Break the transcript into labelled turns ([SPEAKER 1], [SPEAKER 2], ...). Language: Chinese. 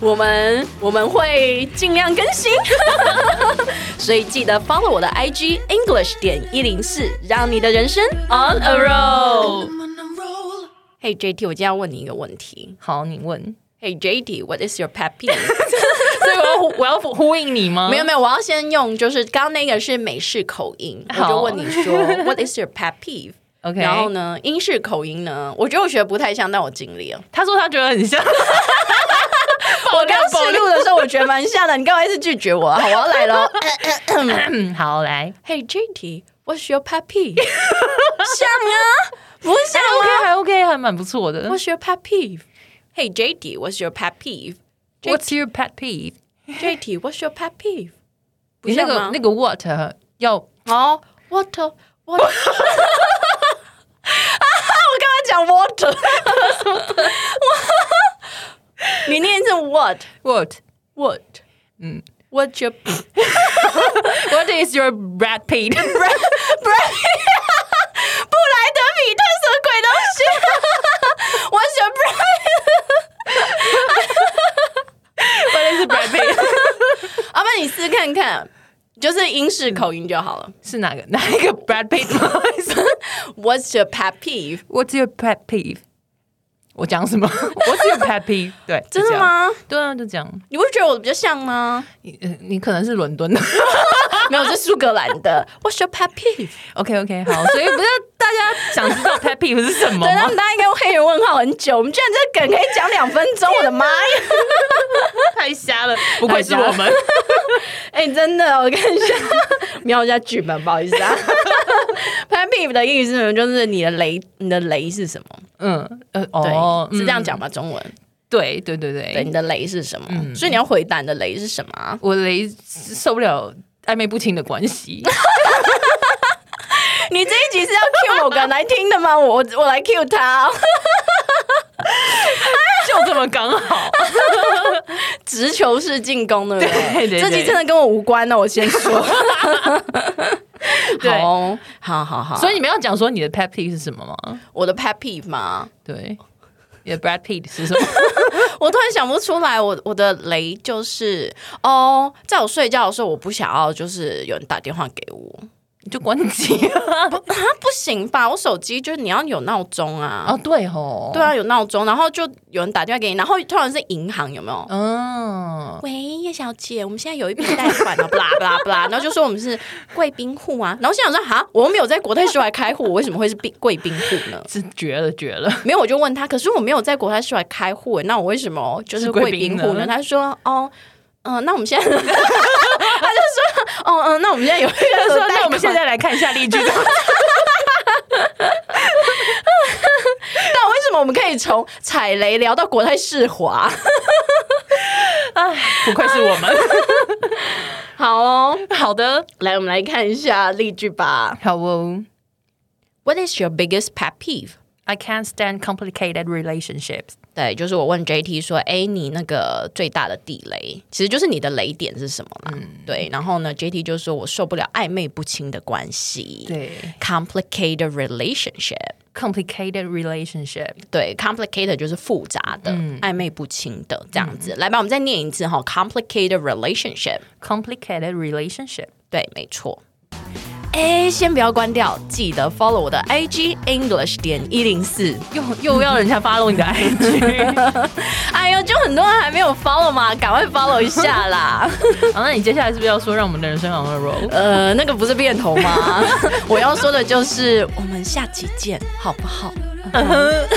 [SPEAKER 1] 我们我们会尽量更新， 所以记得 follow 我的 IG English 点一零四，让你的人生 on a roll。
[SPEAKER 2] I'm on a roll.
[SPEAKER 1] Hey JT，我今天要问你一个问题。
[SPEAKER 3] 好，你问，
[SPEAKER 1] Hey JT，what is your pet peeve？
[SPEAKER 3] 所以我要呼我要呼应你吗？
[SPEAKER 1] 没有没有，我要先用就是刚刚那个是美式口音，我
[SPEAKER 3] 好
[SPEAKER 1] 就问你说 What is your pet peeve？
[SPEAKER 3] ，OK。
[SPEAKER 1] 然后呢，英式口音呢，我觉得我学得不太像，但我尽力了。
[SPEAKER 3] 他说他觉得很像，
[SPEAKER 1] 我刚试录的时候，我觉得蛮像的。你干嘛一直拒绝我啊？好，我要来 了。
[SPEAKER 3] 嗯，好来
[SPEAKER 1] Hey JT，what's your pet peeve？像啊，不像吗
[SPEAKER 3] ，OK 还 OK 还蛮不错的。
[SPEAKER 1] ？What's your pet peeve？Hey JT，what's your pet peeve？JT，what's
[SPEAKER 3] What's your pet peeve？
[SPEAKER 1] your pet peeve？不
[SPEAKER 3] 你那
[SPEAKER 1] 像
[SPEAKER 3] 个
[SPEAKER 1] 吗
[SPEAKER 3] 那？个 what 呃要
[SPEAKER 1] 哦，water water，我 刚刚讲 water，你念是 what Mm.
[SPEAKER 3] what
[SPEAKER 1] what，
[SPEAKER 3] 嗯
[SPEAKER 1] ，what your
[SPEAKER 3] what is your Brad Pitt？
[SPEAKER 1] 布莱德比特什么鬼东 西？What's your brain？
[SPEAKER 3] what is Brad Pitt？
[SPEAKER 1] 阿曼，啊你试看看，就是英式口音就好了。
[SPEAKER 3] 是哪个哪一个 Brad Pitt 吗
[SPEAKER 1] What's your pet peeve？
[SPEAKER 3] ？What's your pet peeve？我讲什么？What's your pet peeve？对， 就
[SPEAKER 1] 真的
[SPEAKER 3] 这样？
[SPEAKER 1] 吗？
[SPEAKER 3] 对啊，就这样。
[SPEAKER 1] 你不觉得我比较像吗？
[SPEAKER 3] 你呃你可能是伦敦的。
[SPEAKER 1] 没有，我是苏格兰的。What's your pet peeve？
[SPEAKER 3] OK OK，好，所以不是大家想知道 pet peeve 是什 么
[SPEAKER 1] 对他
[SPEAKER 3] 吗
[SPEAKER 1] 们？大家应该用黑人问号很久，我们居然这个梗可以讲两分钟，我的妈呀！
[SPEAKER 3] 太瞎了，不愧是我们。
[SPEAKER 1] 哎、真的，我看一下，瞄一下剧本，不好意思 啊。Pet peeve 的意思呢，就是你的雷，你的雷是什么？
[SPEAKER 3] 嗯呃
[SPEAKER 1] 对，
[SPEAKER 3] 哦，
[SPEAKER 1] 是这样
[SPEAKER 3] 嗯。
[SPEAKER 1] 讲吧？中文，
[SPEAKER 3] 对对对
[SPEAKER 1] 对，
[SPEAKER 3] 对，
[SPEAKER 1] 你的雷是什么？所以你要回答你的雷是什么啊？
[SPEAKER 3] 我雷受不了暧昧不清的关 系。
[SPEAKER 1] 你这一集是要 Q 某个人来听的吗？我我我来 Q 他 哦、
[SPEAKER 3] 就这么刚好。
[SPEAKER 1] 直球式进攻，对不对？
[SPEAKER 3] 对对对
[SPEAKER 1] 这集真的跟我无关呢，我先说。
[SPEAKER 3] 对
[SPEAKER 1] 好哦，好好好，
[SPEAKER 3] 所
[SPEAKER 1] 所以
[SPEAKER 3] 以你们要讲说你的 pet peeve 是什么吗？
[SPEAKER 1] 我的 pet peeve 嘛，
[SPEAKER 3] 对，你的 Brad Pitt 是什 么？
[SPEAKER 1] 我突然想不出来我，我的雷就是哦，在我睡觉的时候，我不想要就是有人打电话给我，
[SPEAKER 3] 你就关机
[SPEAKER 1] 那不行吧？我手机就是你要有闹钟啊，
[SPEAKER 3] 啊？对吼，
[SPEAKER 1] 对，啊，有闹钟，然后就有人打电话给你，然后突然是银行有没有？
[SPEAKER 3] 嗯，
[SPEAKER 1] 喂，叶小姐，我们现在有一笔贷款啊，不啦不啦不啦，然后就说我们是贵宾户啊，然后心想说哈，我又没有在国泰世华开户，我为什么会是宾贵宾户呢？
[SPEAKER 3] 是绝了绝了。
[SPEAKER 1] 没有，我就问他，可是我没有在国泰世华开户欸，那我为什么就是
[SPEAKER 3] 是
[SPEAKER 1] 贵
[SPEAKER 3] 贵
[SPEAKER 1] 宾
[SPEAKER 3] 宾
[SPEAKER 1] 户呢？
[SPEAKER 3] 呢
[SPEAKER 1] 他说，哦，嗯、那我们现在， 他就说，哦，嗯、那我们现在有一个
[SPEAKER 3] 说
[SPEAKER 1] 贷
[SPEAKER 3] 那我们
[SPEAKER 1] 款
[SPEAKER 3] 现，在来看一下 例句。
[SPEAKER 1] 那为什么我们可以从踩雷聊到国泰世华？
[SPEAKER 3] 不愧是我们。
[SPEAKER 1] 好哦，
[SPEAKER 3] 好的，
[SPEAKER 1] 来，我们来看一下例句吧。
[SPEAKER 3] 好哦。
[SPEAKER 1] What is your biggest pet peeve？
[SPEAKER 3] I can't stand complicated relationships。
[SPEAKER 1] 对，就是我问 JT 说，哎，你那个最大的地雷，其实就是你的雷点是什么啦？对，然后呢，JT 就说我受不了暧昧不清的关系。。
[SPEAKER 3] 对
[SPEAKER 1] complicated relationship。
[SPEAKER 3] ，complicated relationship。
[SPEAKER 1] 对，complicated 就是复杂的、暧昧不清的这样子。来吧，我们再念一次哈、c o m p l i c a t e d relationship。
[SPEAKER 3] complicated relationship。
[SPEAKER 1] 对，没错。哎，先不要关掉，记得 follow 我的 IG English 点一零四。
[SPEAKER 3] 又又要人家 follow 你的 IG。
[SPEAKER 1] 哎呦，就很多人还没有 follow 嘛，赶快 follow 一下啦。
[SPEAKER 3] 好，那你接下来是不是要说让我们的人生 on a roll？
[SPEAKER 1] 呃，那个不是变头 吗？我要说的就是，我们下期见，好不好？
[SPEAKER 2] And